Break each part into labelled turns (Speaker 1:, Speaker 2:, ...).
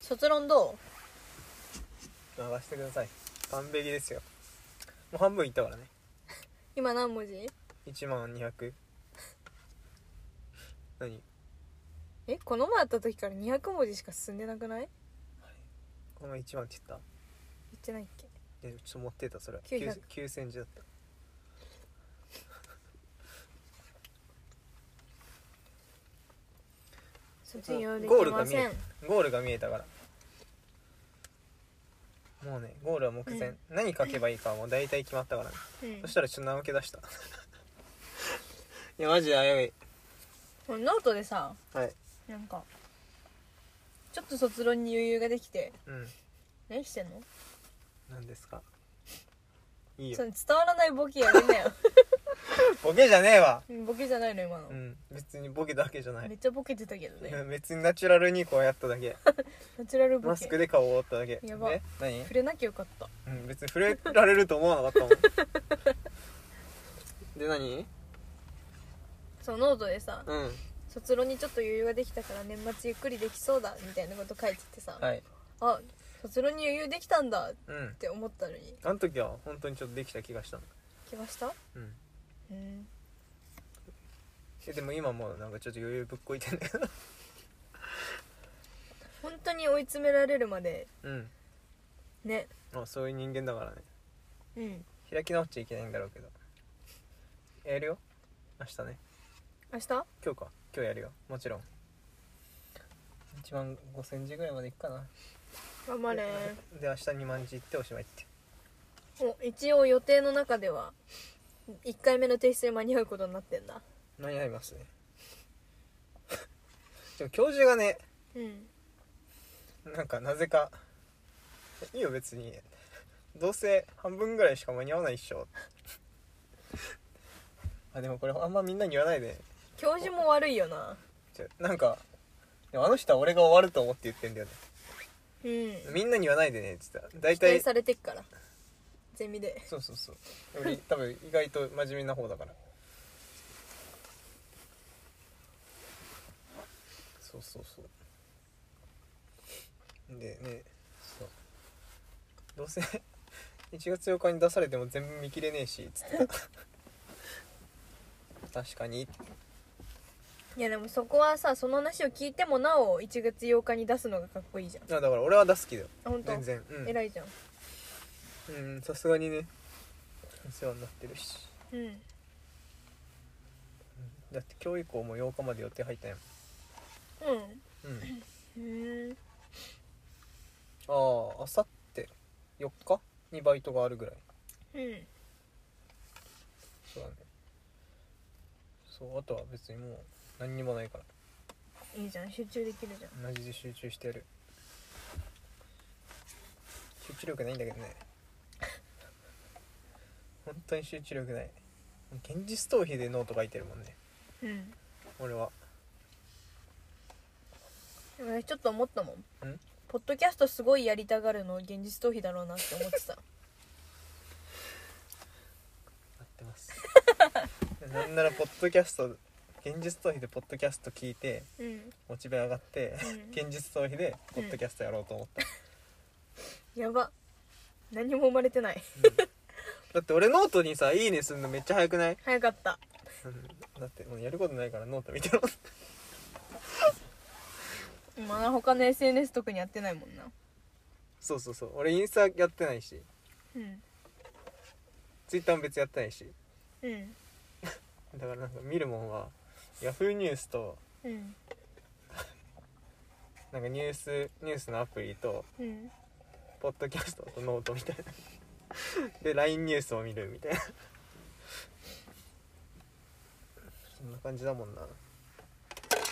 Speaker 1: 卒論ど
Speaker 2: 回してください完璧ですよもう半分いったからね
Speaker 1: う今何文字
Speaker 2: 1万200何
Speaker 1: えこの前会った時から200文字しか進んでなくない
Speaker 2: この前1万って言っ
Speaker 1: 言ってないっけ
Speaker 2: たいやちょっと持ってたそれ
Speaker 1: 900
Speaker 2: 9センチだった
Speaker 1: 卒業で
Speaker 2: ゴー
Speaker 1: き
Speaker 2: ルが
Speaker 1: ま
Speaker 2: 見
Speaker 1: せ
Speaker 2: え
Speaker 1: ん
Speaker 2: ゴールが見えたからもうねゴールは目前、
Speaker 1: うん
Speaker 2: 何書けばいいかはもう大体決まったからね、
Speaker 1: うん
Speaker 2: そしたらちょっと怠け出した いやマジで危うい
Speaker 1: これノートでさ
Speaker 2: はい
Speaker 1: なんかちょっと卒論に余裕ができて
Speaker 2: うん
Speaker 1: 何してんの
Speaker 2: 何ですかいい
Speaker 1: そ
Speaker 2: よ
Speaker 1: の伝わらないボケやめなよ
Speaker 2: ボケじゃねえわ
Speaker 1: うんボケじゃないの今の
Speaker 2: う、ん別にボケだけじゃない
Speaker 1: めっちゃボケてたけどね
Speaker 2: 別にナチュラルにこうやった だけ
Speaker 1: ナチュラルボ
Speaker 2: マ
Speaker 1: ケ
Speaker 2: スクで顔を覆っただけ
Speaker 1: やば
Speaker 2: ね何
Speaker 1: 触れなきゃよかった
Speaker 2: うん、別に触れられると思わなかったもん で何
Speaker 1: そうノートでさ
Speaker 2: うん
Speaker 1: 卒論にちょっと余裕ができたから年末ゆっくりできそうだみたいなこと書いててさ、
Speaker 2: はい
Speaker 1: あ卒論に余裕できたんだっ
Speaker 2: うん
Speaker 1: て思ったのに
Speaker 2: あの時は本当にちょっとできた気がしたの
Speaker 1: 来ました
Speaker 2: うん
Speaker 1: うん
Speaker 2: えでも今もうなんかちょっと余裕ぶっこいてんだけど
Speaker 1: 本当に追い詰められるまで
Speaker 2: うん
Speaker 1: ね
Speaker 2: まあそういう人間だからね
Speaker 1: うん
Speaker 2: 開き直っちゃいけないんだろうけどやるよ明日ね
Speaker 1: 明日
Speaker 2: 今日か今日やるよもちろん1万5千字ぐらいまでいくかな
Speaker 1: 頑張れ
Speaker 2: で明日2万字いっておしまいって
Speaker 1: もう一応予定の中では1回目の提出で間に合うことになってんだ
Speaker 2: 間に合いますね でも教授がね
Speaker 1: うん
Speaker 2: なんかなぜか「いいよ別にどうせ半分ぐらいしか間に合わないっしょ」 あでもこれあんまみんなに言わないで
Speaker 1: 教授も悪いよな
Speaker 2: ちょなんかでもあの人は俺が終わると思って言ってんだよね
Speaker 1: うん
Speaker 2: みんなに言わないでねっつったら大
Speaker 1: 否定
Speaker 2: 体
Speaker 1: されてっからゼミで
Speaker 2: そうそうそう 俺多分意外と真面目な方だからそうそうそうでねそうどうせ 1月8日に出されても全部見切れねえし つってた確かに
Speaker 1: いやでもそこはさその話を聞いてもなお1月8日に出すのがかっこいいじゃん
Speaker 2: あだから俺は出す気だよ
Speaker 1: あ本当
Speaker 2: 全然
Speaker 1: 偉いじゃん
Speaker 2: うんうんさすがにねお世話になってるし
Speaker 1: うん
Speaker 2: だって今日以降も8日まで予定入ったやんうん
Speaker 1: うんうん
Speaker 2: あああさって4日にバイトがあるぐらい
Speaker 1: うん
Speaker 2: そうだねそうあとは別にもう何にもないから
Speaker 1: いいじゃん集中できるじゃん
Speaker 2: マジで集中してやる集中力ないんだけどね 本当に集中力ない現実逃避でノート書いてるもんね
Speaker 1: うん
Speaker 2: 俺は
Speaker 1: でもねちょっと思ったもん
Speaker 2: ん
Speaker 1: ポッドキャストすごいやりたがるの現実逃避だろうなって思ってた
Speaker 2: やってますなんならポッドキャスト現実逃避でポッドキャスト聞いて
Speaker 1: うん
Speaker 2: モチベ上がって
Speaker 1: うん
Speaker 2: 現実逃避でポッドキャストやろうと思った
Speaker 1: やば何も生まれてない
Speaker 2: だって俺ノートにさ「いいね」するのめっちゃ早くない
Speaker 1: 早かった
Speaker 2: だってもうやることないからノート見てろ
Speaker 1: まあ他の SNS 特にやってないもんな
Speaker 2: そうそうそう俺インスタやってないし
Speaker 1: うん
Speaker 2: ツイッターも別にやってないし
Speaker 1: うん
Speaker 2: だからなんか見るもんはヤフーニュースと
Speaker 1: うん
Speaker 2: なんかニュースニュースのアプリと
Speaker 1: うん
Speaker 2: ポッドキャストとノートみたいな で LINE ニュースを見るみたいなそんな感じだもんな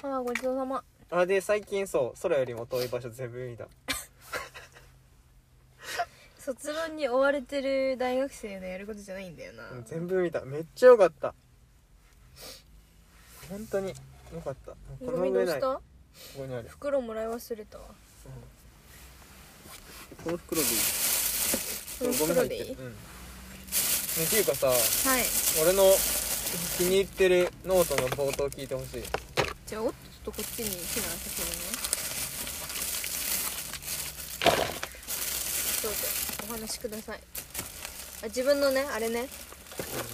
Speaker 1: ああごちそうさま
Speaker 2: あで最近そう空よりも遠い場所全部見た
Speaker 1: 卒論に追われてる大学生のやることじゃないんだよな
Speaker 2: うん全部見ためっちゃ良かった本当に良かった
Speaker 1: ゴミどうし
Speaker 2: こ
Speaker 1: た
Speaker 2: こにある
Speaker 1: 袋もらい忘れたわ
Speaker 2: この袋でいい
Speaker 1: この袋でいい
Speaker 2: うんねっていうかさ
Speaker 1: はい
Speaker 2: 俺の気に入ってるノートの冒頭聞いてほしい
Speaker 1: じゃあおっとこっちに避難させるねそうでお話しくださいあ自分のねあれね
Speaker 2: うん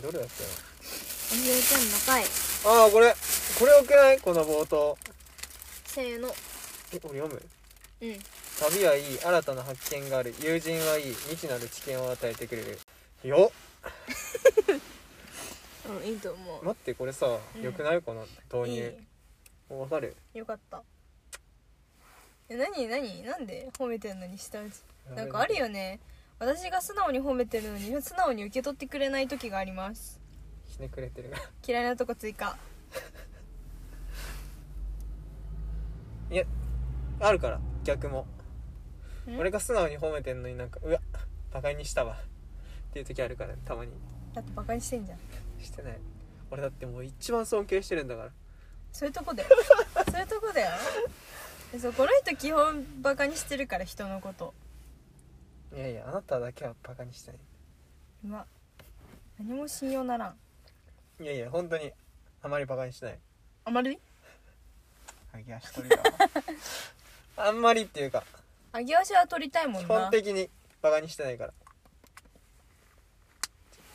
Speaker 2: どれだっけな
Speaker 1: おひよちゃんの回
Speaker 2: ああこれこれ良くないこの冒頭
Speaker 1: せーの
Speaker 2: え俺読む
Speaker 1: うん
Speaker 2: 旅はいい新たな発見がある友人はいい未知なる知見を与えてくれるよ
Speaker 1: うんいいと思
Speaker 2: っ
Speaker 1: う
Speaker 2: 待ってこれさ
Speaker 1: うん
Speaker 2: 良くないこの導
Speaker 1: い
Speaker 2: 入もうわかる
Speaker 1: いよかったえ何何なんで褒めてんのに下打ちなんかあるよね私が素直に褒めてるのに素直に受け取ってくれない時があります
Speaker 2: ひねくれてるな
Speaker 1: 嫌いなとこ追加
Speaker 2: いやあるから逆も
Speaker 1: ん
Speaker 2: 俺が素直に褒めてんのになんかうわバカにしたわっていう時あるからたまに
Speaker 1: だってバカにしてんじゃん
Speaker 2: してない俺だってもう一番尊敬してるんだから
Speaker 1: そういうとこだよそういうとこだよそうこの人基本バカにしてるから人のこと
Speaker 2: いやいやあなただけはバカにしてない
Speaker 1: 今何も信用ならん
Speaker 2: いやいや本当にあまりバカにしてない
Speaker 1: あまり
Speaker 2: 揚げ 足取りだわあんまりっていうか
Speaker 1: 揚げ足は取りたいも
Speaker 2: 基
Speaker 1: ん
Speaker 2: 本
Speaker 1: な
Speaker 2: 的にバカにしてないから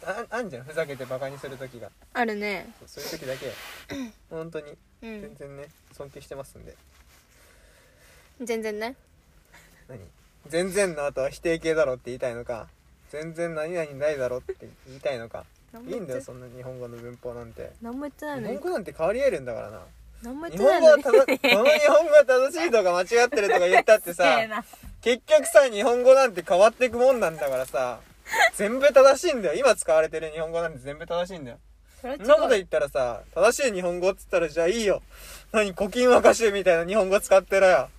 Speaker 2: ああんじゃんふざけてバカにする時が
Speaker 1: あるね
Speaker 2: そういう時だ けよ本当に
Speaker 1: う
Speaker 2: 全
Speaker 1: ん
Speaker 2: 然ね尊敬してますんで
Speaker 1: 全然ね
Speaker 2: 何全然の後は否定形だろって言いたいのか全然何々ないだろって言いたいのか
Speaker 1: 何も
Speaker 2: いい
Speaker 1: 言
Speaker 2: ん
Speaker 1: っ
Speaker 2: だよ
Speaker 1: て
Speaker 2: そんな日本語の文法なんて
Speaker 1: 何も言ってない
Speaker 2: 日
Speaker 1: の
Speaker 2: 本
Speaker 1: に
Speaker 2: 語なんて変わり得るんだからな
Speaker 1: 何も言
Speaker 2: 日
Speaker 1: ってな
Speaker 2: 本
Speaker 1: い
Speaker 2: 語
Speaker 1: のに
Speaker 2: はただこの日本語は正しいとか間違ってるとか言った ってさ
Speaker 1: せーな
Speaker 2: 結局さ日本語なんて変わってくもんなんだからさ全部正しいんだよ今使われてる日本語なんて全部正しいんだよ
Speaker 1: それは違う
Speaker 2: そ
Speaker 1: ん
Speaker 2: なこと言ったらさ正しい日本語っつったらじゃあいいよ何古今和歌集みたいな日本語使ってろよ